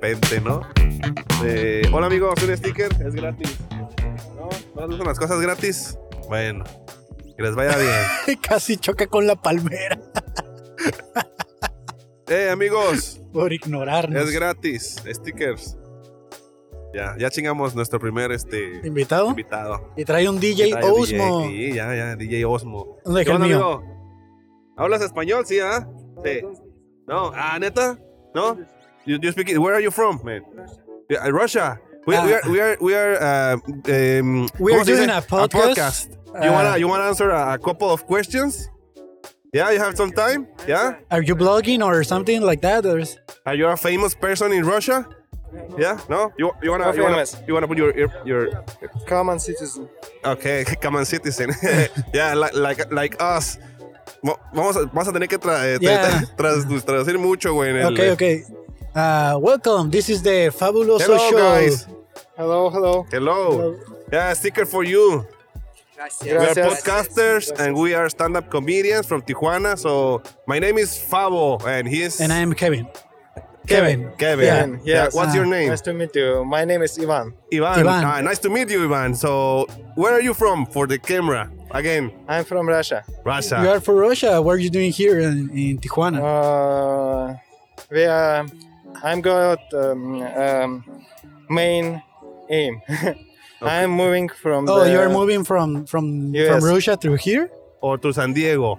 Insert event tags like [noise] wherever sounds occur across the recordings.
gente, ¿no? De, Hola amigos, un sticker, es gratis. ¿No? ¿No les gustan las cosas gratis? Bueno, que les vaya bien. [laughs] Casi choca con la palmera eh, amigos, por ignorarnos. es gratis, stickers. Ya, ya chingamos nuestro primer este ¿Invitado? invitado. Y trae un DJ Vaya, Osmo. DJ, sí, ya, ya, DJ Osmo. ¿Dónde ¿Qué dejé el onda, mío? amigo? ¿Hablas español? Sí, ¿ah? Sí. No, ah, neta? No? You, you speak it- Where are you from, man? Yeah, uh, Russia. We, we Ah. are we are we are uh, um, We ¿cómo are se dice? doing a podcast. you wanna Uh, you wanna answer a, a couple of questions? Yeah, you have some time? Yeah? Are you blogging or something like that? Or is- Are you a famous person in Russia? Yeah? No? You you wanna Not you wanna, famous. you wanna put your your, your Common citizen. [laughs] Okay, common citizen. [laughs] yeah, like, like, like us. Mo- Vamos a, vas a tener que tra- eh, te- Yeah. te- [laughs] tras- traducir mucho, güey. en el- Okay, okay. Uh, welcome. This is the Fabuloso Hello, Show. guys. Hello, hello. Hello. Yeah, sticker for you. We are Gracias. podcasters and we are stand-up comedians from Tijuana. So my name is Fabo and he is And I am Kevin. Kevin. Kevin. Yeah. Ah, Yeah. Yes. What's your name? Nice to meet you. My name is Ivan. Ivan. Ivan. Ah, nice to meet you, Ivan. So where are you from for the camera? Again, I'm from Russia. Russia. You are from Russia. What are you doing here in, in Um, Tijuana? Uh, we are. I'm got um, um, main aim. [laughs] I'm moving from. oh, the, uh, you are moving from from Yes. from Russia through here. Or to San Diego.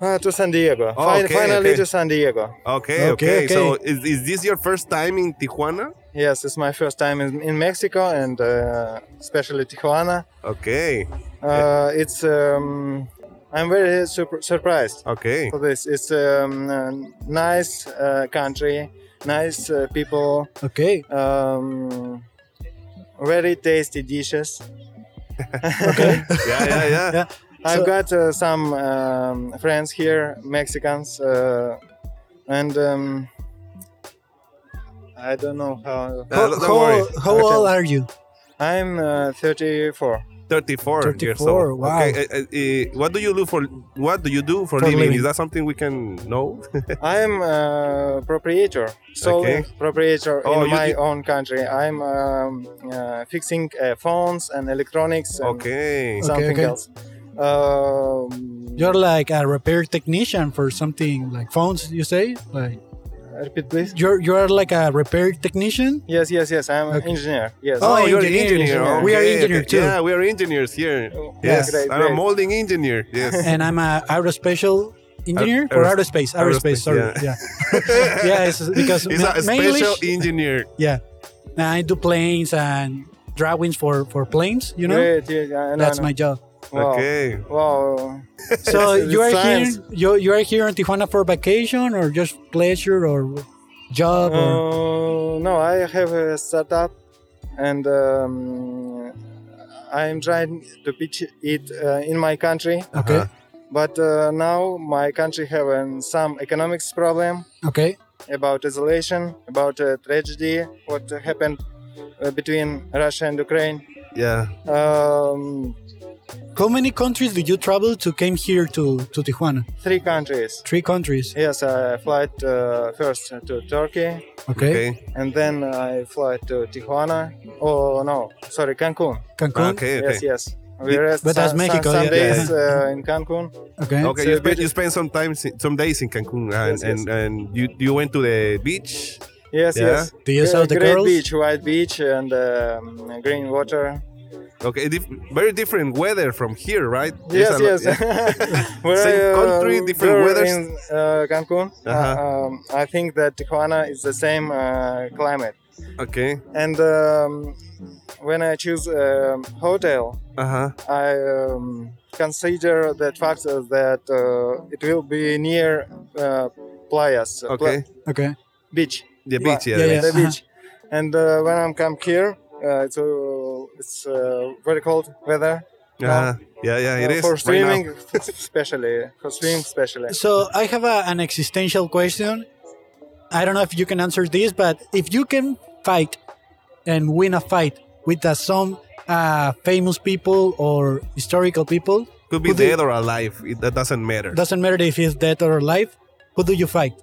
uh, to San Diego. Oh, Fin- okay, finally okay. to San Diego. Okay, okay. Okay, So is, is this your first time in Tijuana? Yes, it's my first time in, in Mexico and uh, especially Tijuana. Okay, Uh, it's. Um, I'm very surpr surprised. [laughs] okay. for this. It's a um, uh, nice uh, country, nice uh, people, Okay. Uh, um, very tasty dishes. Okay. Yeah, yeah, yeah. [laughs] Yeah. I've So- got uh, some um, friends here, Mexicans, uh, and um, I don't know how. Uh, how don't how- worry. how Okay. old are you? I'm [laughs] uh, 34. 34, years 34, old. wow. Okay. uh, uh, uh, what do you do for what do you do for, For living? living. Is that something we can [laughs] know? I'm uh, proprietor, sole Okay. proprietor Oh, in you my did- own country. I'm um, uh, fixing uh, phones and electronics. And okay. So- something okay. else. Um, You're like a repair technician for something like phones. You say like repeat, please. you're you are like a repair technician. Yes, yes, yes. I'm an Okay. engineer. Yes. Oh, you're an engineer. engineer. Engineer. We are okay, engineer okay. too. Yeah, we are engineers here. Oh, Yes, great, I'm a great. molding engineer. Yes. and I'm a aerospace engineer Aer- or aeros- aerospace, aerospace, aerospace. sorry, yeah, [laughs] yeah, [laughs] it's because He's ma- a my special English- engineer. yeah, And I do planes and drawings for for planes. You know, Great, yeah, yeah, I know, that's I know. my job. Wow. Okay. Wow. So [laughs] It's you are science. here, you you are here in Tijuana for vacation or just pleasure or job or Uh, no, I have a startup, and um, I'm trying to pitch it uh, in my country. okay, But uh, now my country having some economics problem. okay, about isolation, about uh, tragedy, what happened uh, between Russia and Ukraine. Yeah. Um, how many countries did you travel to came here to to Tijuana? three countries. Three countries, Yes, I flight uh, first to Turkey, okay, Okay. and then I fly to Tijuana. Oh no, sorry, Cancun. Cancun, okay, Okay. Yes, Okay. yes. We rest But that's some, some- Mexico, some yeah. days Yeah. uh, in Cancun. Okay, So you, you spent, did- you spent some time, si- some days in Cancun, and Yes, yes. and, and you, you went to the beach. Yes, Yeah. yes. Do you Gre- saw the Great girls? beach, white beach, and um, green water. Okay, dif- very different weather from here, right? Yes, There's a lot- yes. yeah. [laughs] Where Same I, country, different were weathers. In uh, Cancun, uh, Uh-huh. um, I think that Tijuana is the same uh, climate. Okay. And um, when I choose um hotel, Uh huh. I um, consider that factor that uh, it will be near uh, playas, uh, Okay. okay, beach, The Pla- beach, yeah. yeah, yeah. yeah. the Uh-huh. beach. And uh, when I'm come here, uh, it's uh, it's uh, very cold weather. Uh-huh. yeah, yeah, it Uh, is. for right now. swimming, [laughs] especially for swim, especially. So I have a, an existential question. I don't know if you can answer this, but if you can fight and win a fight with uh, some uh, famous people or historical people, Could be Could be- dead or alive. It, that doesn't matter. doesn't matter if he's dead or alive, who do you fight?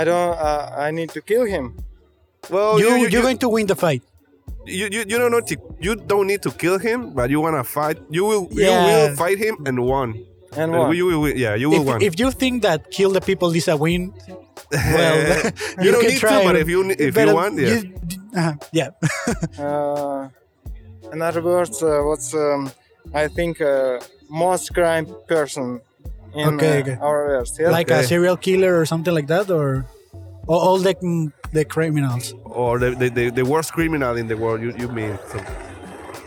I don't. Uh, I need to kill him. Well, you, Oh, you- you- you, are you- going to win the fight. You, you, you don't know to, you don't need to kill him, but you wanna fight. You will you Yeah. will fight him and won. And And one. you will win. Yeah, you will win. If, if you think that kill the people is a [laughs] win, well, [laughs] you, don't can need try to, but it. if you if But you want, yeah. uh-huh, yeah. Uh, in other words, uh, what's um, I think uh, most crime person in Okay, uh, okay. our earth. Yes? like a Okay. serial killer or something like that, or, or all the mm, the criminals. or the, the, the, the worst criminal in the world. You, you mean so, so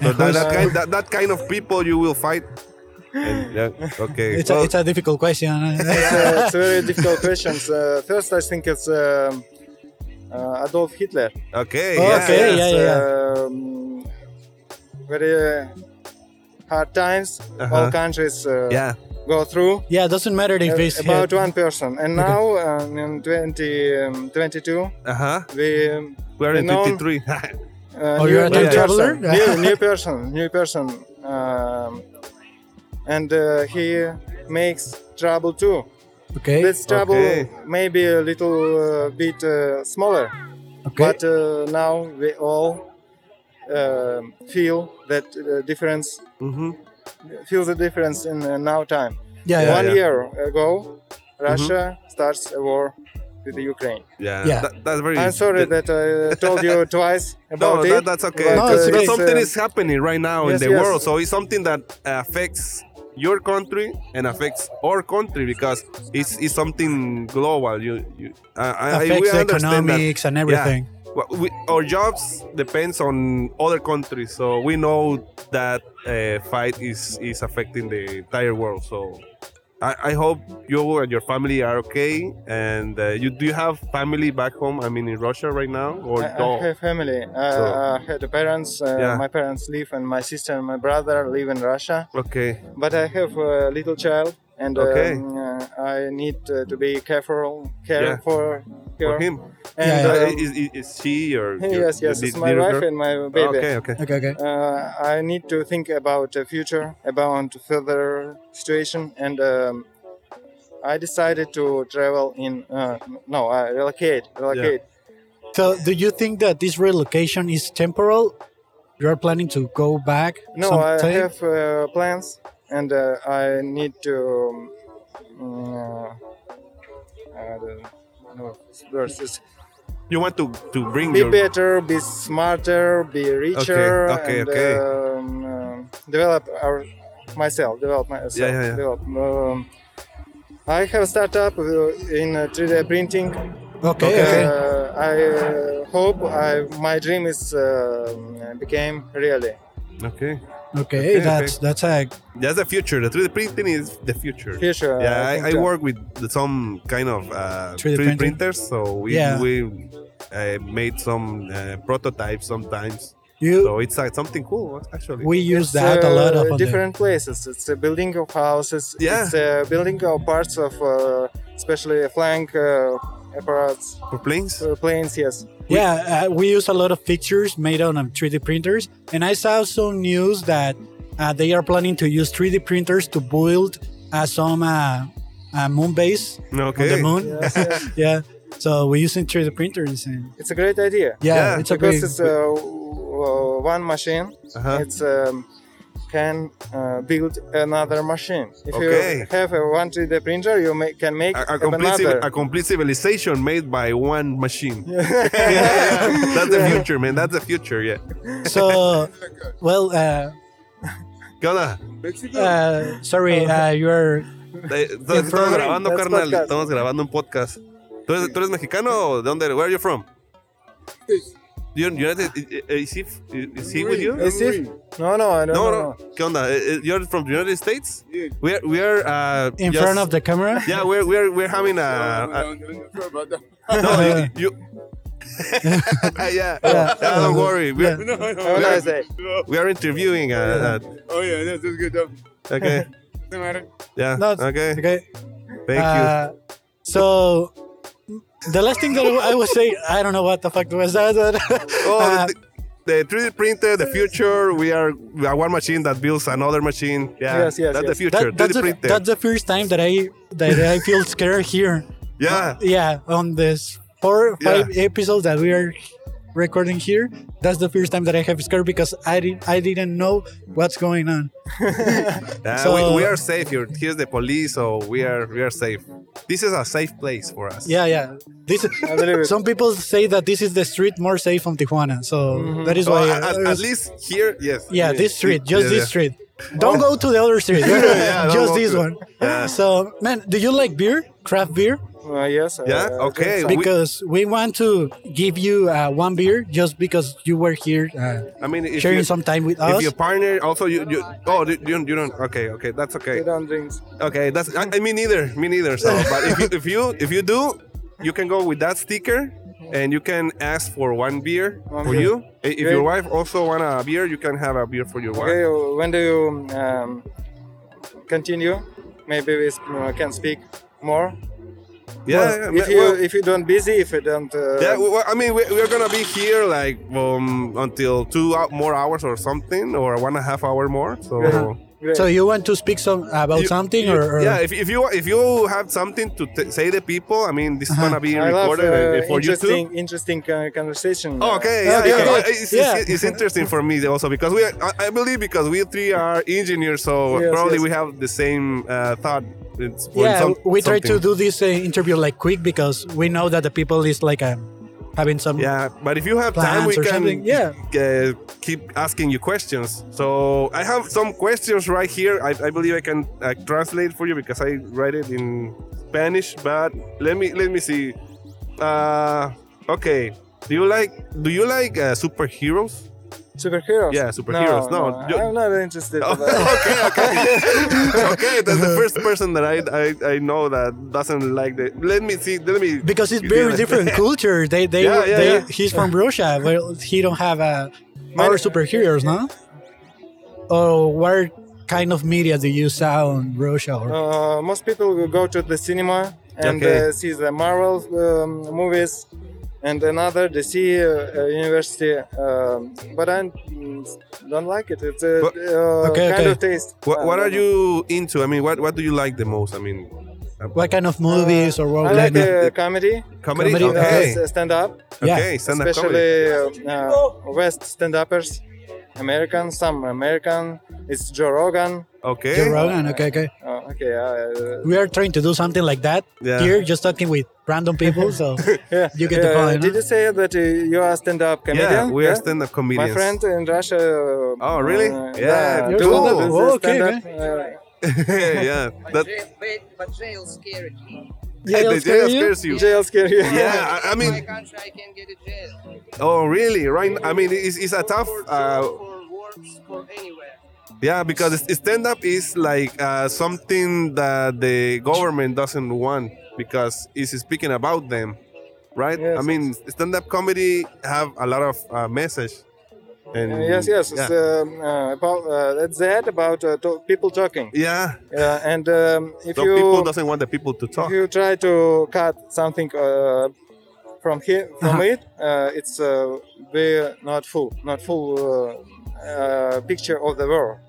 Yeah, that, who's- that [laughs] kind that, that kind of people you will fight. And, yeah, okay. It's well, a, it's a difficult question. [laughs] it's, uh, it's very difficult questions. Uh, first, I think it's um uh, Adolf Hitler. okay. Oh, yeah, okay, yeah. yeah, Um, very uh, hard times all Uh-huh. countries uh, Yeah. go through. yeah, it doesn't matter if it's about hit. one person. And now um, in 2022, Uh huh. we. Um, We're in You know- 23. uh, Oh, new, you're a new time traveler? person, new, new person, new person, um, and uh, he makes trouble too. Okay, This trouble Okay. maybe a little uh, bit uh, smaller, okay, but uh, now we all um feel that uh, difference, [laughs] mm-hmm. feel the difference in uh, now time. yeah, yeah, One yeah. year ago, Russia starts a war with the Ukraine. Yeah. Yeah. That, that's very. I'm sorry that- that I told you twice about no, it. that, that's okay. No, but, it's Because okay. something uh, is happening right now yes, in the yes. world, so it's something that affects your country and affects our country because it's, it's something global. You, you I, uh, I, I- we affects the understand that economics and everything. Well, we, our jobs depends on other countries so we know that uh, fight is is affecting the entire world so I, I hope you and your family are okay and uh, you do you have family back home i mean in russia right now or I, no I have family. I, So- I had the parents. Uh, Yeah. My parents live, and my sister and my brother live in Russia. okay But I have a little child, and Okay. um, uh, I need uh, to be careful, care Yeah. for her. for him And, Uh, Yeah, um, is, is, is she or your- yes, your yes, li- it's my little wife girl? and my baby. okay okay Okay, okay, Uh, I need to think about the future, about further situation, and um, I decided to travel in. Uh, no, I relocate, relocate. So, do you think that this relocation is temporal? You're planning to go back? No, I sometime? have uh, plans, and uh, I need to. Um, uh, I don't know. versus- you want to to bring Be your better, be smarter, be richer, okay, and okay. Um, um, develop our myself. Develop myself. Yeah, yeah, yeah. Develop. Um, I have a startup uh, in uh, 3D printing. okay, Okay. okay. Uh, I uh, hope I, my dream is um became really. okay Okay, Okay, that's that's a that's the future the 3d printing is the future Future. Uh, uh, yeah, I, think I, that- work with the- some kind of uh, 3D 3D, printing? printers, so we Yeah. we uh, made some uh, prototypes sometimes. you. So it's like something cool actually. We use It's, that a lot uh, of on the- different places. It's a building of houses. Yeah. It's a building of parts of, uh, especially flank uh, apparatus, for planes. uh, planes. Yes. Yeah, uh, we use a lot of pictures made on um, 3D printers, and I saw some news that uh, they are planning to use 3D printers to build uh, some uh, uh, moon base on okay. the moon. Yes, yes. [laughs] yeah, so we're using 3D printers, and It's a great idea. yeah, Yeah, it's a because great. it's uh, w- one machine. Uh-huh. It's um, can uh, build another machine. If you Okay. have a one 3D printer, you ma- can make A, a complete civi- another. a complete civilization made by one [laughs] machine. Yeah, That's the future, man. That's the future. Yeah. [laughs] [laughs] so, well, uh, Gala, uh, sorry, uh, you're eh, estamos program, grabando, that's carnal. podcast. Estamos grabando un podcast. ¿Tú eres, tú eres mexicano o de dónde? eres? Where are you from? You're, you're, eh, is, he, is he with you? Is it? No, no, I don't No, know. no. ¿Qué onda? Eh, eh, You're from the United States? We are, we are uh, in just- front of the camera. Yeah, we're we're we're having Uh, a, [laughs] a [laughs] Uh, no, you, [laughs] you yeah, Yeah. yeah, don't worry. We're, Have a Yeah. nice day. we are interviewing. Uh, Oh yeah, that's good job. uh, [laughs] okay. No matter. Yeah. No, it's- okay. Okay. Thank Uh, so the last thing that I was saying, I don't know what the fuck was that. but, [laughs] you. Oh, uh, the, the 3D printer, the future. We are, we are one machine that builds another machine. Yeah. Yes, That's yes, yes. the that- future. 3D that's, the, printer. that's the first time that I that I feel scared here. yeah. Yeah, on this four or Yeah. five episodes that we are recording here, that's the first time that I have scared because I did I didn't know what's going on. Uh, So- we, we are safe here. Here's the police, so we are we are safe. This is a safe place for us. Yeah, yeah. [laughs] This I believe it. some people say that this is the street more safe from Tijuana, so that is So why. uh, at, at- at least here, yes. yeah, this street, just Yeah, this yeah. street. Don't go to the other street. [laughs] Yeah, don't [laughs] just go this to- one. So, man, do you like beer? Craft beer? Uh, yes. Yeah, uh, okay. drink We- Because we, want to give you uh, one beer just because you were here uh, I mean, if you, sharing some time with if us. your partner also you, you oh you, you you don't okay okay that's some- okay We don't drink. okay that's I, I mean neither me neither [laughs] so but if you, if you if you do you can go with that sticker and you can ask for one beer One for beer. you I- if your Great. wife also want a beer you can have a beer for your wife Okay. uh, When do you um, continue? Maybe we sp- uh, can speak more. yeah, yeah, If you well- if you don't busy, if you don't. Uh, Yeah, well, I mean, we, we're gonna be here like um, until two hou- more hours or something, or one and a half hour more. So, Uh-huh. great. so you want to speak some about You- Oh, something, you- or, or yeah, if, if you if you have something to t- say to people, I mean, this is gonna be Uh-huh. I love recorded uh, uh, for you interesting too. interesting uh, conversation. Oh, okay, yeah, Okay, yeah, okay. well, It's, Yeah. It's, it's interesting for me also because we, are, I, I believe, because we three are engineers, so Yes, probably yes. we have the same uh, thought. It's when yeah, some- we try to something- do this uh, interview like quick because we know that the people is like um, having some. Yeah, but if you have time, we Plans or can something, yeah. uh, keep asking you questions. So I have some questions right here. I, I believe I can uh, translate for you because I write it in Spanish. But let me let me see. Uh, okay. Do you like do you like uh, superheroes? [laughs] Superheroes. Yeah, superheroes. No, you- I'm not interested. [laughs] Oh, about- okay, [laughs] okay, okay. That's the first person that I, I I know that doesn't like the. Let me see. Let me Because it's very different culture. They, they, Yeah, yeah, they yeah. he's from Russia. Well, he don't have uh, our superheroes, no? Or what kind of media do you saw on Russia? Or, Uh, most people will go to the cinema and Okay. uh, see the Marvel um, movies and another DC uh, uh, University. Um, but I don't like it. It's a But- uh, Okay, kind okay. of taste. Um, What, I what don't are know. you into? I mean, what, what do you like the most? I mean, uh, what kind of movies or what? I like kind of- uh, comedy. comedy. Comedy, Okay, Uh, stand up, yeah. okay, stand up comedy. especially uh, uh, West stand uppers, American, some American. It's Joe Rogan. Joe Okay, Rogan, okay, okay. Uh, okay, uh, We are trying to do something like that Yeah. here, just talking with random people. So Yeah. You get the Uh, point, Did huh? you say that uh, you are stand-up comedian? yeah, we are Yeah? stand up My comedians. friend in Russia. uh, Oh, really? uh, Yeah, do cool. the- the Oh, okay, stand-up, uh, [laughs] yeah, that [laughs] But, jail- but jail scared me. yeah, Jail the scare jail you? scares you. Jail scare you. Yeah, I, I my mean, country, I can get a jail. oh really? Right? I mean, it's, it's a tough. For, Uh, jail, for works, for anywhere. yeah, because stand up is like uh, something that the government doesn't want because it's speaking about them, right? Yes, I mean, stand up comedy have a lot of uh, message. And Uh, [laughs] yes, yes. It's, yeah. um, uh, about, uh, that's that about uh, to- people talking. yeah. Uh, and um, if Some you people doesn't want the people to if talk. you try to cut something uh, from here from Uh-huh. it, uh, it's uh, we're not full, not full uh, uh, picture of the world.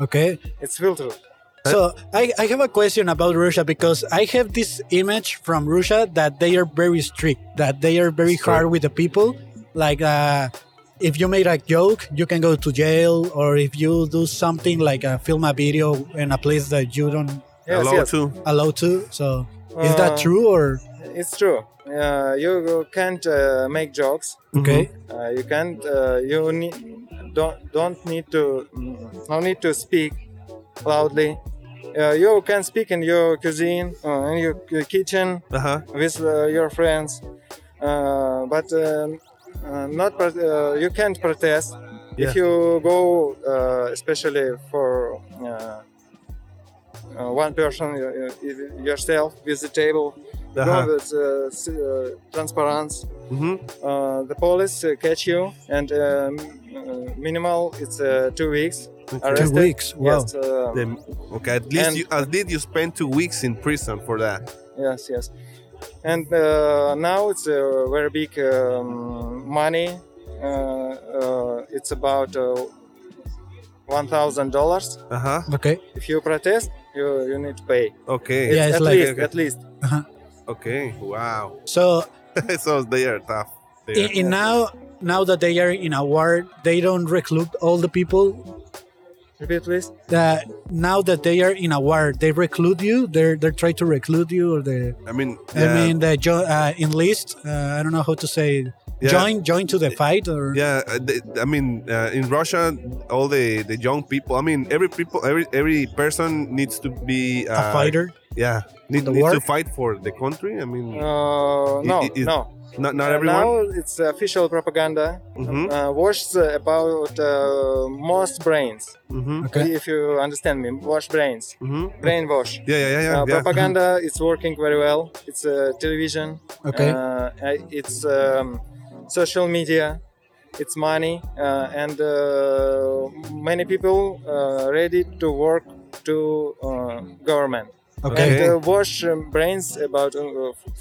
okay. It's filtered. So I, I have a question about Russia because I have this image from Russia that they are very strict, that they are very Strict. hard with the people. Like uh, if you made a joke, you can go to jail, or if you do something like uh, film a video in a place that you don't Yes, Hello yes. too. allow to. So is that Uh, true or It's true. Uh, you can't uh, make jokes. okay? Uh, you can't. Uh, you need, don't don't need to. mm, No need to speak loudly. Uh, you can speak in your cuisine, uh, in your ki- kitchen Uh huh. with uh, your friends, uh, but um, uh, not. pro- Uh, you can't protest if Yeah. you go, uh, especially for. Uh, uh, one person uh, uh, yourself with the table Uh no, huh. that's uh, s- uh, transparency. hmm Uh, the police uh, catch you, and um, uh, minimal it's uh, two weeks. Two Arrested. weeks. Wow. Yes, uh, Then- okay. At least And- you at least you spend two weeks in prison for that. yes, yes. And uh, now it's uh, very big um, money. Uh, uh, it's about uh, one thousand dollars. Uh huh. Okay. If you protest, you, you need to pay. Okay. Yeah. it's at like- least Okay. at least. Okay. Wow. [laughs] So so they are tough. They in, are- in now now that they are in a war, they don't recruit all the people. Repeat, please. That now that they are in a war, they recruit you. They're they are trying to recruit you, or they I mean, I yeah, mean they jo- uh, enlist. Uh, I don't know how to say Yeah. join join to the fight or yeah. uh, they- I mean, uh, in Russia, all the, the young people. I mean, every people, every every person needs to be uh, a fighter. Yeah, need, the needs to war? fight for the country. I mean, Uh, no, It- it- no. not not Uh, everyone. Now it's official propaganda. Mhm, Uh, wash uh, about uh, most brains. mhm, Okay. If you understand me, wash brains, mhm. brain wash. Yeah, yeah, yeah, yeah. Uh, yeah. [laughs] propaganda is working very well. It's uh, television. Okay. Uh, it's um, social media. It's money, uh, and uh, many people uh, ready to work to uh, government okay. Okay. and uh, wash um, brains about uh,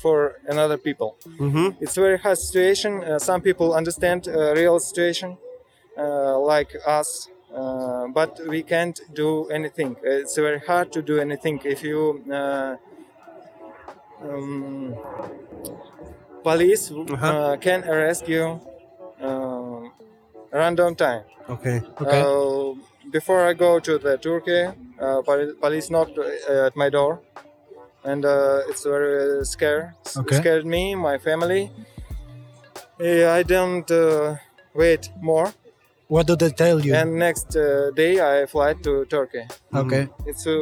for another people. Mhm, It's very hard situation. Uh, some people understand uh, real situation, uh, like us, uh, but we can't do anything. Uh, It's very hard to do anything if you. Uh, um, police uh Uh-huh. can arrest you um, random time. Okay. Okay. Uh, before I go to the Turkey, uh, poli- police knocked uh, at my door, and uh, it's very scare Okay. scared me, my family. Yeah, I didn't uh, wait more, What do they tell you? and next uh, day I fly to Turkey. okay. It uh,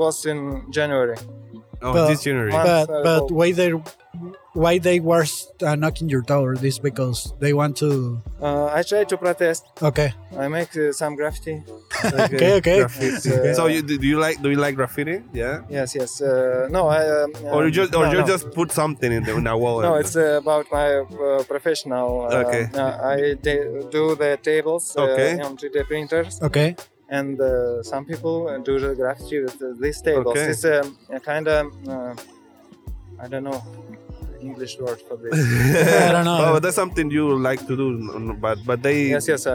was in January. Oh, But- this January. Well- but That's but terrible. why they why they were uh, knocking your door? This because they want to. Uh, I tried to protest. Okay. I make uh, some graffiti. Ah, Okay, okay. [laughs] Graffiti. It's, uh, so you, do you like do you like graffiti? Yeah. Yes, yes. Uh, no, I. Um, Or you just or no, you no. just put something in the in a wall. No, and- [laughs] it's uh, about my uh, professional. Uh, Okay. uh, I de- do the tables uh, Okay. on 3D printers, Okay. and uh, some people uh, do the graffiti with uh, these tables. Okay. It's um, a kind of, uh, I don't know, English word for this. [laughs] I don't know. Oh, but that's something you like to do, n- n- but but they yes, yes. Uh,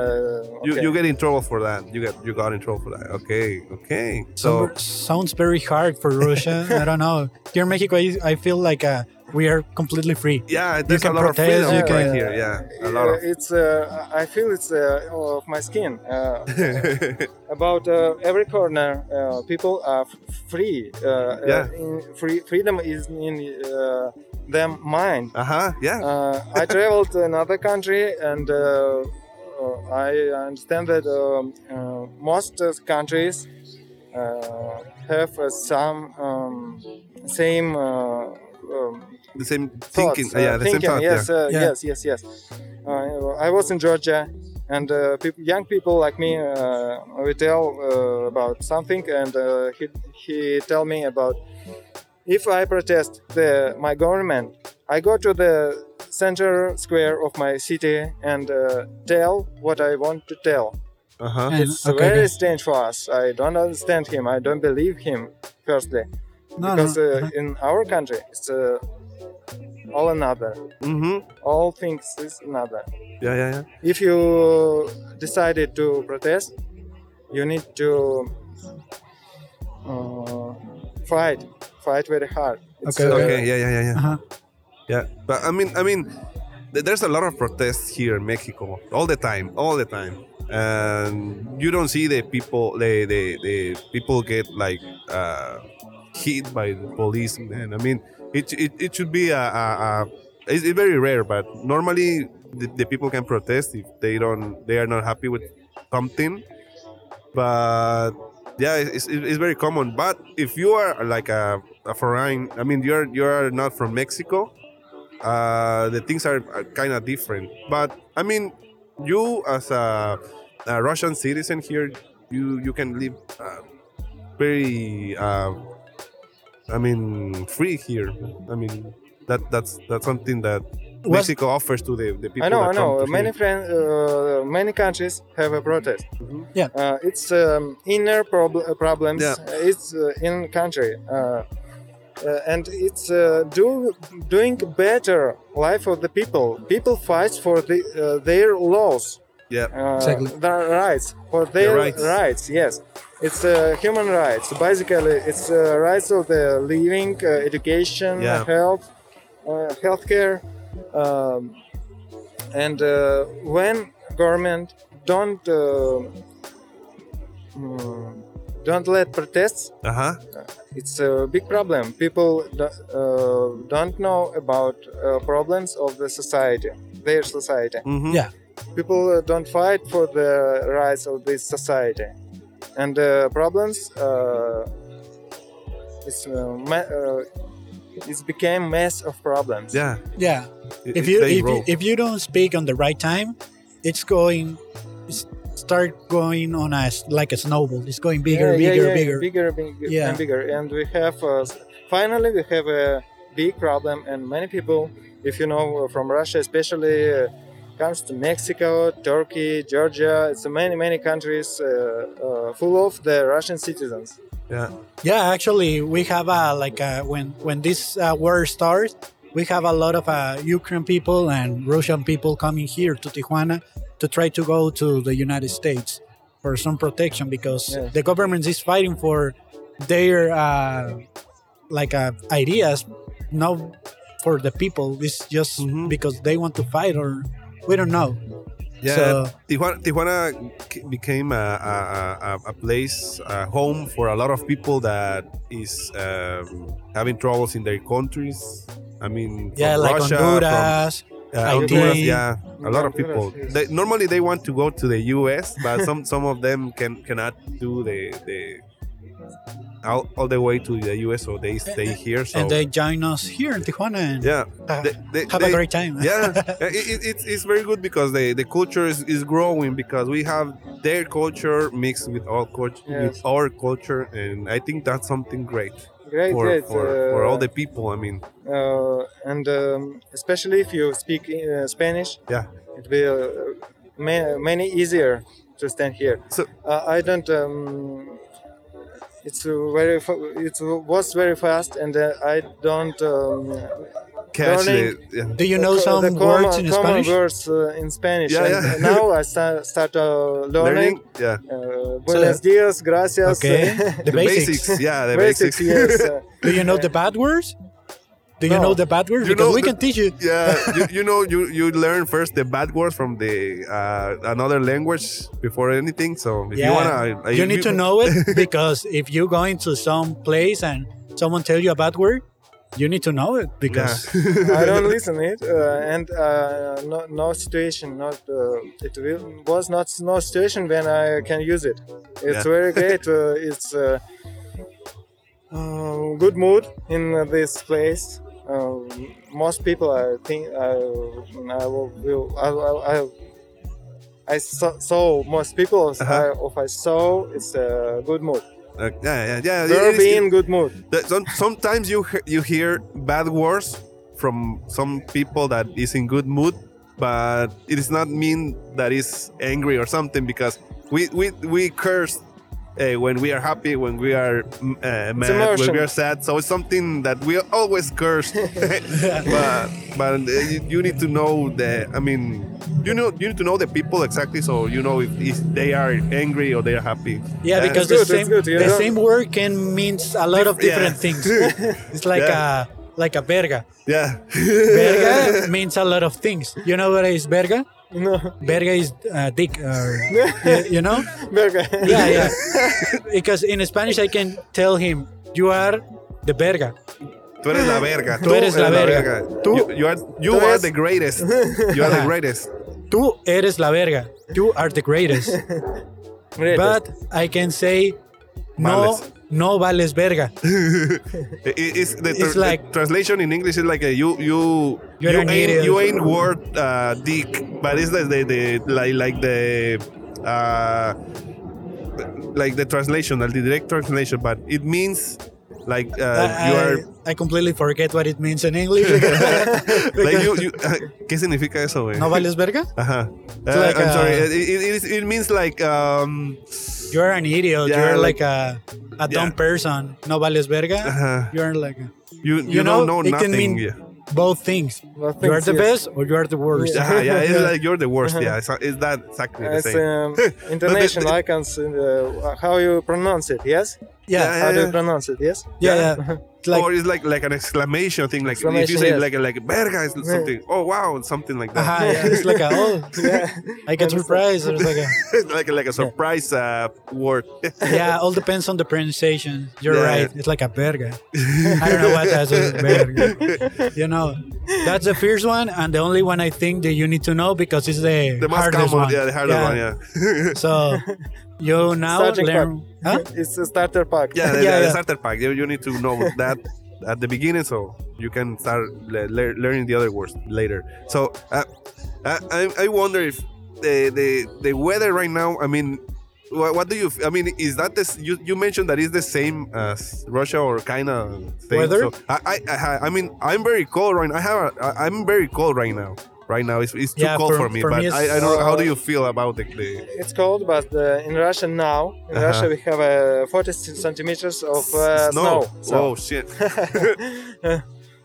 you, okay. you get in trouble for that. You get you got in trouble for that. Okay, okay. So Some- sounds very hard for [laughs] Russia. I don't know. Here in Mexico, I I feel like uh, we are completely free. yeah, there's a can lot of protest, freedom you right can- here. Yeah, a lot [laughs] Uh, of. [laughs] it's. Uh, I feel it's uh, of my skin. Uh, about uh, every corner, uh, people are f- free. Uh, Yeah. uh, in free freedom is in uh, them mind. uh huh. Yeah. uh, I traveled to another country and uh, uh, I understand that um, uh, most uh, countries uh, have uh, some um, same uh, um, The same thoughts, thinking. uh, yeah, the thinking. same thought. yes, uh, Yeah. yes, yes, yes, Uh, I was in Georgia, and uh, peop young people like me, uh, we tell uh, about something, and uh, he he tell me about if I protest the my government, I go to the center square of my city and uh, tell what I want to tell. Yeah. Uh huh. And- It's okay, very okay. strange for us. I don't understand him. I don't believe him. Firstly, Uh-huh, No, Uh-huh. no. because uh, in our country, it's uh, all another Mhm. all things is another. Yeah, yeah, yeah. If you decided to protest, you need to uh, fight, fight very hard. It's, Okay, uh, Okay. Yeah, yeah, yeah, yeah. Uh-huh. Yeah. But I mean, I mean, th- there's a lot of protests here in Mexico all the time, all the time. And you don't see the people, the the, the people get like uh, hit by the police. And I mean, it it, it should be a, a, a it's, it's very rare, but normally the, the people can protest if they don't they are not happy with something. But yeah, it's, it's it's very common. But if you are like a, a foreign, I mean, you're you're not from Mexico, uh, the things are, are kind of different. But I mean, you as a, a Russian citizen here, you you can live uh, very, uh, I mean, free here. I mean, that that's that's something that What's- Mexico offers to the, the people. I know, that I come know. to Many here. friends, uh, many countries have a protest. Mm-hmm. Yeah. Uh, it's um, inner prob- problems. Yeah. It's uh, in country, uh, uh, and it's uh, do doing better life of the people. People fight for the, uh, their laws. Yeah. uh, Exactly. their rights for their rights. rights. yes it's uh, human rights basically it's uh, rights of the living uh, education Yeah. health uh, healthcare um, and uh, when government don't uh, mm, don't let protests Uh-huh. it's a big problem people do, uh, don't know about uh, problems of the society their society Mhm. Yeah. people uh, don't fight for the rights of this society and uh, problems uh, it's, uh, ma- uh, it's became mess of problems Yeah. Yeah. It- if it- you they if, you roll. if you don't speak on the right time, it's going it's start going on as like a snowball. It's going bigger, Yeah, yeah, bigger, yeah, bigger. bigger, bigger, Yeah. and bigger. And we have uh, finally we have a big problem, and many people, if you know uh, from Russia, especially. Uh, comes to Mexico, Turkey, Georgia. It's many, many countries uh, uh, full of the Russian citizens. Yeah. Yeah, actually, we have a like a, when when this uh, war starts, we have a lot of uh, Ukraine people and Russian people coming here to Tijuana to try to go to the United States for some protection because Yeah. the government is fighting for their uh, like uh, ideas, not for the people. It's just Mhm. because they want to fight or we don't know. Yeah. So- Tijuana, Tijuana c- became a, a, a, a place, a home for a lot of people that is um, having troubles in their countries. I mean, from yeah, like Russia, from, Honduras. uh, Haiti. Honduras, yeah, a lot of people. Honduras, yes. They, normally, they want to go to the U.S., but some [laughs] some of them can cannot do the the all, all the way to the U.S., so they stay here. So And they join us here in Tijuana and yeah, uh, they, they, have they- a great time. yeah, Yeah, it, it, it's, it's very good because the, the culture is, is growing because we have their culture mixed with our culture, Yes. with our culture, and I think that's something great Great, for great. for, for uh, all the people. I mean, uh, and um, especially if you speak uh, Spanish, Yeah. it will uh, ma- many easier to stand here. So- uh, I don't. Um, it's uh, very. Fa- it was very fast, and uh, I don't. Um, catch the, learning- yeah. Do you know co- some the common, words in common Spanish? words uh, in Spanish. Yeah, and yeah. now I sta- start uh, learning, learning. yeah, Uh, buenos dias, [laughs] gracias. Okay. The, [laughs] the, basics. basics. yeah, the Basics, basics, yes. uh, Do you know the bad words? Do you know No. the bad words? You because know we the- can teach you. [laughs] yeah. You, you know, you you learn first the bad words from the uh, another language before anything. So if Yeah. you wanna, I- I- you need to know [laughs] it because if you go into some place and someone tell you a bad word, you need to know it because I don't listen it, uh, and uh, no, no situation, not uh, it will, was not no situation when I can use it. It's very great. Uh, it's uh, uh, good mood in this place. Uh, most people, I think, I, I will, will I, I, I, I saw, saw most people. I, Uh-huh. if I saw, it's a good mood. [laughs] Uh, yeah, yeah, yeah. They're it is- being good mood. [laughs] That some, sometimes you he- you hear bad words from some people that is in good mood, but it is not mean that is angry or something because we we we curse uh, when we are happy, when we are mm, uh, mad, when emotion. we are sad. So it's something that we always curse. [laughs] but but uh, you, you need to know the. I mean, you know you need to know the people exactly so you know if, if they are angry or they are happy. yeah, Uh, because good, the it's same good, you the know. same word can means a lot of different Yeah. [laughs] things. It's like Yeah. a like a verga. yeah. [laughs] [laughs] Verga means a lot of things. You know what is verga? No, Verga is uh, dick, [laughs] or, you, you know. Berger. [laughs] yeah, yeah. [laughs] because in Spanish, I can tell him, you are the verga. Tú eres la verga. Tú eres la verga. Tú- You, you are, you tú are eres- the greatest. You are the [laughs] Ajá. greatest. Tú eres la verga. You are the [laughs] greatest. Great. but I can say, no, Vales. no vales verga. Uh, I- i- it's the, It's tr- like- the translation in English is like a you you You're you an ain't, idiot. you ain't worth uh, dick, but it's the, the, the like like the uh, like the translation, the direct translation, but it means like uh, I, you are I, I completely forget what it means in English. [laughs] [laughs] like you, you ¿Qué significa eso, güey? uh, no vales verga? Ajá. It's Uh, like I'm a- sorry. It, it, it, is- it means like um. You're an idiot. Yeah, You're like, like- a, a dumb Yeah. Uh-huh. person. No vales verga? ajá. You're like, a, You, you, know, don't know it can nothing. mean- yeah. [laughs] both things. Well, You are thanks, the yes. best or you are the worst. Yeah, yeah, it's Yeah. like you're the worst. Uh-huh. Yeah, it's, it's that exactly the [laughs] It's same. um, international icons. Uh, how you pronounce it? Yes. yeah, Yeah, How do yeah. you pronounce it? Yes. yeah, [laughs] yeah. It's like, or it's like like an exclamation thing. Like if you Exclamation, say yes. like like verga, it's something. Oh wow, something like that. aha, uh-huh, [laughs] yeah, it's like a, oh, [laughs] I get surprised. Or it's like a, like like a surprise uh, word. [laughs] yeah, all depends on the pronunciation. You're Yeah. right. It's like a verga. I don't know what that's a verga. You know, that's the first one and the only one I think that you need to know because it's the, The most hardest common, one. yeah, the hardest one, yeah. So you now Starting learn. Huh? [laughs] It's a starter pack. [laughs] yeah, the, Yeah, the yeah. starter pack. You, you need to know that at the beginning, so you can start le- lear- learning the other words later. So uh, I, I- I wonder if the, the the weather right now. I mean, what, what do you? f- I mean, is that this? You, you mentioned that is the same as Russia or kind of thing. So Weather? I, I I I mean, I'm very cold right. now. I have a, I, I'm very cold right now. Right now, it's, it's too Yeah, cold for- for, me. for but me it's- uh, I, I don't. How do you feel about the? the It's cold, but uh, in Russia now, in Uh-huh. Russia we have uh, 40 centimeters of uh, snow. snow. So Oh shit! I-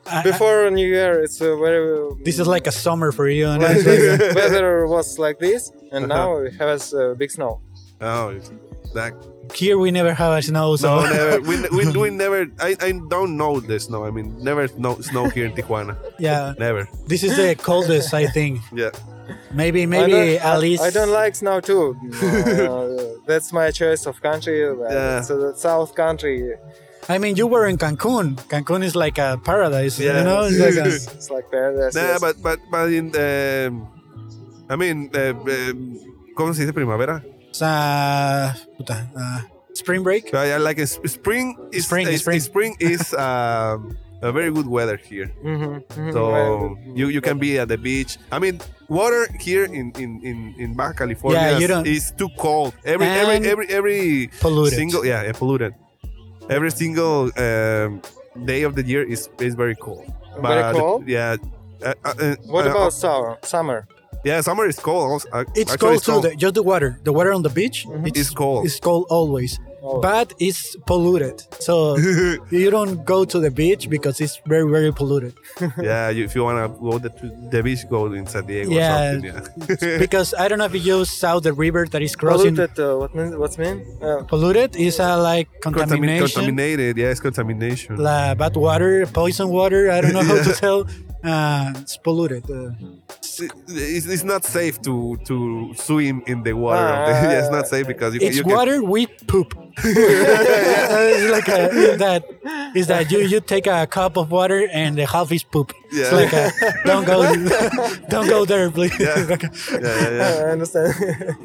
I- [laughs] before New Year, it's uh, very. [laughs] this is like a summer for you. And it's like, like, [laughs] weather was like this, and Uh-huh. now we have uh, big snow. Oh, it's- that here we never have a snow, so [laughs] No, never. We, we, we never. I, I don't know the snow. I mean, never snow, snow here in Tijuana. yeah, [laughs] Never. this is the coldest I think. Yeah. Maybe I maybe don't- I- at least I don't like snow [laughs] too. Uh, that's my choice of country. Uh, Yeah. It's uh, the South country. I mean, you were in Cancun. Cancun is like a paradise, Yeah. you know. It's like [laughs] a- It's, it's like paradise. Nah, yes. but but but in the. I mean, uh, um, ¿cómo se dice primavera? it's a puta, uh, spring break. I, I like it. spring. Is, Spring, is, spring. is- spring [laughs] is um, a very good weather here. Mm-hmm, Mhm, Mm, mhm. So Well, you, you can be at the beach. I mean, water here in in in, in Baja California Yeah, you is- don't- is too cold. Every every And every every Polluted. Single, yeah, yeah, polluted. Every single um, day of the year is is very cold. Very cold? Yeah. Uh, uh, uh, What uh, about summer? Summer. yeah? Summer is cold. Also. Uh, It's actually, Mm-hmm. cold too. The, just the water. The water on the beach. It's cold. It's cold always. Always. But it's polluted, so [laughs] you don't go to the beach because it's very, very [laughs] polluted. yeah, you, if you wanna go to the beach, go in San Diego Yeah. or something. Yeah. because I don't know if you saw the river that is crossing. Polluted, Polluted. Uh, what mean, what's mean? Uh, is uh, like Contamin- contamination, contaminated. Yeah, it's contamination. la- bad water, poison water. I don't know [laughs] how to tell. Uh, it's polluted. Uh, it's, it's not safe to to swim in the water. Ah. [laughs] yeah, it's not safe because you, it's you water we poop [laughs] it's like a, is that is that you you take a cup of water and the half is poop it's Yeah. like a, don't go don't go there please Yeah. [laughs] Like a- Can, yeah, yeah, yeah. [laughs] I understand.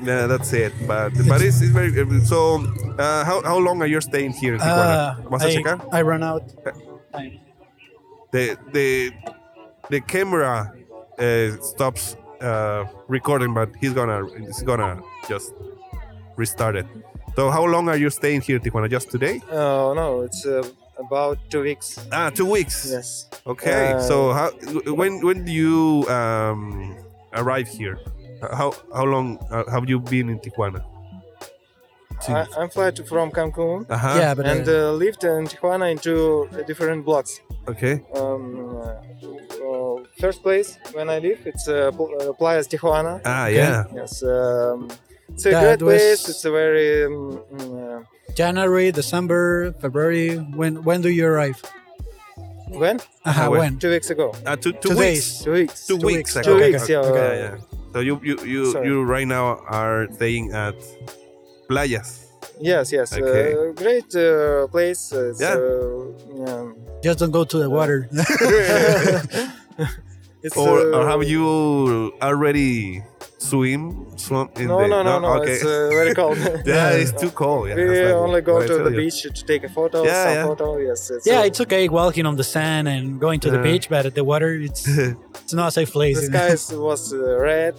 Yeah, that's it. But but it's, it's very so. Uh, how how long are you staying here in uh, Tijuana? ¿Vas a I, checar? I run out time. The the the camera uh, stops uh, recording, but he's gonna he's gonna just restart it. So how long are you staying here, in Tijuana? Just today? Oh no, it's uh, about two weeks. Ah, two weeks. Yes. Okay. Uh, so how when when do you um, arrive here? How how long uh, have you been in Tijuana? Uh, I, I'm flight from Cancun Uh-huh. yeah but and uh, uh, lived in Tijuana in two different blocks. Okay. Um, uh, uh, first place when I live, it's uh, Pl- uh, Playas Tijuana. Ah, yeah. Yes. Um, it's a That great place. was- It's a very. Um, mm, uh, January December February when when do you arrive when? uh, when? when Two weeks ago. Uh, two two Two weeks. days. Two weeks. two, Two weeks, ago. weeks. Two weeks, yeah. yeah. So you you you, Sorry. you right now are staying at playas. Yes. Yes. Okay. Uh, great uh, place. Uh, It's, Yeah. Uh, um, just don't go to the water [laughs] it's, Or, uh, or have you already swim swam in No, the no, no, no. Okay. It's uh, very cold. [laughs] yeah, [laughs] it's too cold. Yeah, we that's what- only go what I to tell the you. beach to take a photo, Yeah, some yeah. photo. Yes, it's yeah uh, it's okay walking on the sand and going to the Yeah. beach but the water it's it's not a safe place the sky is- was uh, red,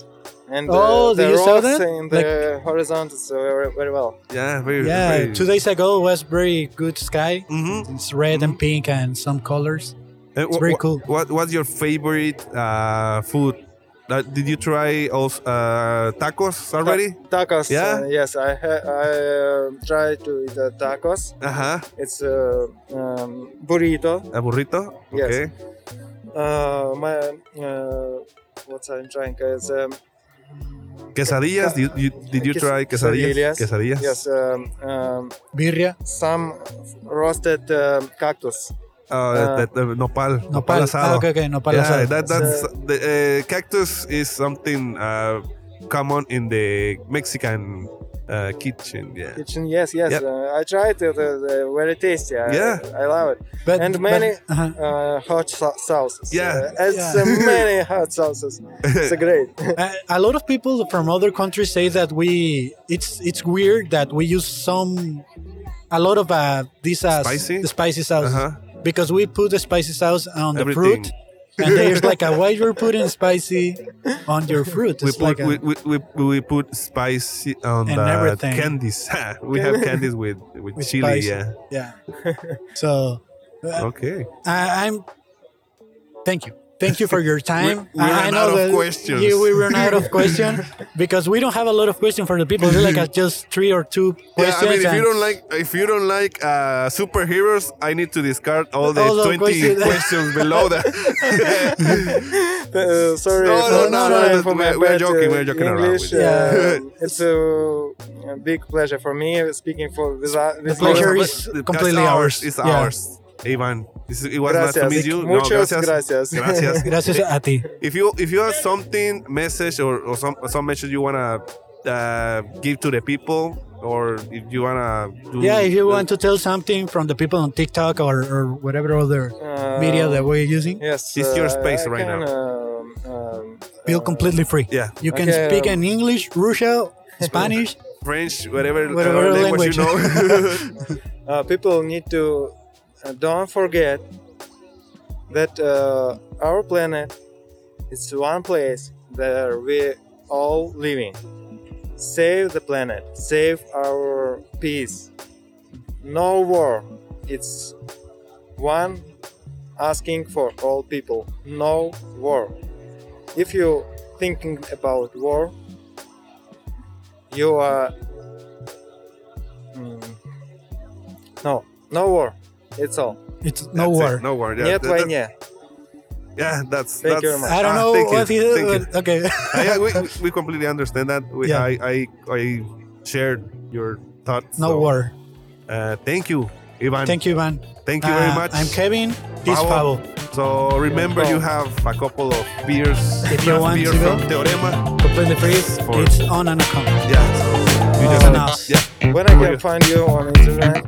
and uh, Oh, the did you saw roads that? in the horizon is uh, very, very well. [laughs] Yeah, very. Yeah, very- two days ago was very good sky. Mhm. It's red and pink and some colors. Uh, wha- very wha- cool. What what's your favorite uh, food? Uh, did you try also uh, tacos already? Ta- tacos. Yeah? uh, yes, I ha- I uh, tried to eat uh, tacos. Uh huh. It's uh, um, burrito. A burrito. Yes. Okay. Uh, my uh, what's I'm trying? It's um, Quesadillas? Did you, did you try quesadillas? Quesadillas. Yes, um, um, birria, some roasted um, cactus. Uh, the- the nopal. Nopal nopal. Ah, asado. okay, okay, nopal yeah, asado. That, that's the uh, cactus is something uh, common in the Mexican uh, kitchen. Yeah. Kitchen, yes, yes. Yep. Uh, I tried it. Uh, uh, very tasty. I, Yeah. I love it. But- and but- many- uh-huh. Uh, hot sau- sauces. Yeah. Uh, as Yeah. [laughs] many hot sauces. It's great. [laughs] a, a lot of people from other countries say that we it's it's weird that we use some a lot of uh, these uh, Spicy? the spicy sauce Uh-huh. because we put the spicy sauce on the Everything. fruit and there's like [laughs] a why you're putting spicy on your fruit We it's put, like a, we, we, we, we put spice on And the everything. candies. [laughs] we [laughs] have candies with, with, With chili. spice. Uh, Yeah. yeah so Okay. I, I'm. Thank you. Thank you for your time. [laughs] We- we I, I ran know out of that questions. You, we ran out [laughs] of questions because we don't have a lot of questions for the people. It's like uh, just three or two Yeah, questions. I mean, if you and don't like if you don't like uh, superheroes, I need to discard all the All the twenty questions. questions, [laughs] below that. Uh, sorry. No, for- no, no, sorry no, for we're- my we're bad, joking, uh, we're joking around English, with you. uh, it's a, a big pleasure for me speaking for uh, without. The pleasure is That's completely ours. It's Yeah. ours. Ivan, this is- it was nice to Gracias. meet you. No, Muchas gracias. [laughs] Gracias. Gracias a ti. if you if you have something message or, or some some message you wanna uh, give to the people or if you wanna do, Yeah, if you want to tell something from the people on TikTok or, or whatever other Uh, media that we're using, Yes. uh, It's your space I right can, now. um, um, feel completely free. yeah You can Okay, speak um, in English, Russian, [laughs] Spanish. French whatever, Whatever whatever language, language. you [laughs] know uh, people need to uh, don't forget that uh, our planet is one place that we all living. Save the planet. Save our peace. No war. It's one asking for all people. No war. If you thinking about war, you are. Mm, no, no war. It's all. It's no That's it, war. no war yeah, that- Нет that- войне. yeah that's Thank that's- you very much. I don't ah, know thank you, what is. thank you. but- Okay. [laughs] I, I- we, we completely understand that we, Yeah. I, I I shared your thoughts no so, war. uh, thank you Ivan Thank you, Ivan. thank you very Uh, much I'm Kevin. This Pavo. Pavo. so remember Pavo. you have a couple of beers If you want beer to from go. Teorema Completely free. For- It's on and account. yeah so you It's just on us. yeah When I can find you on Instagram,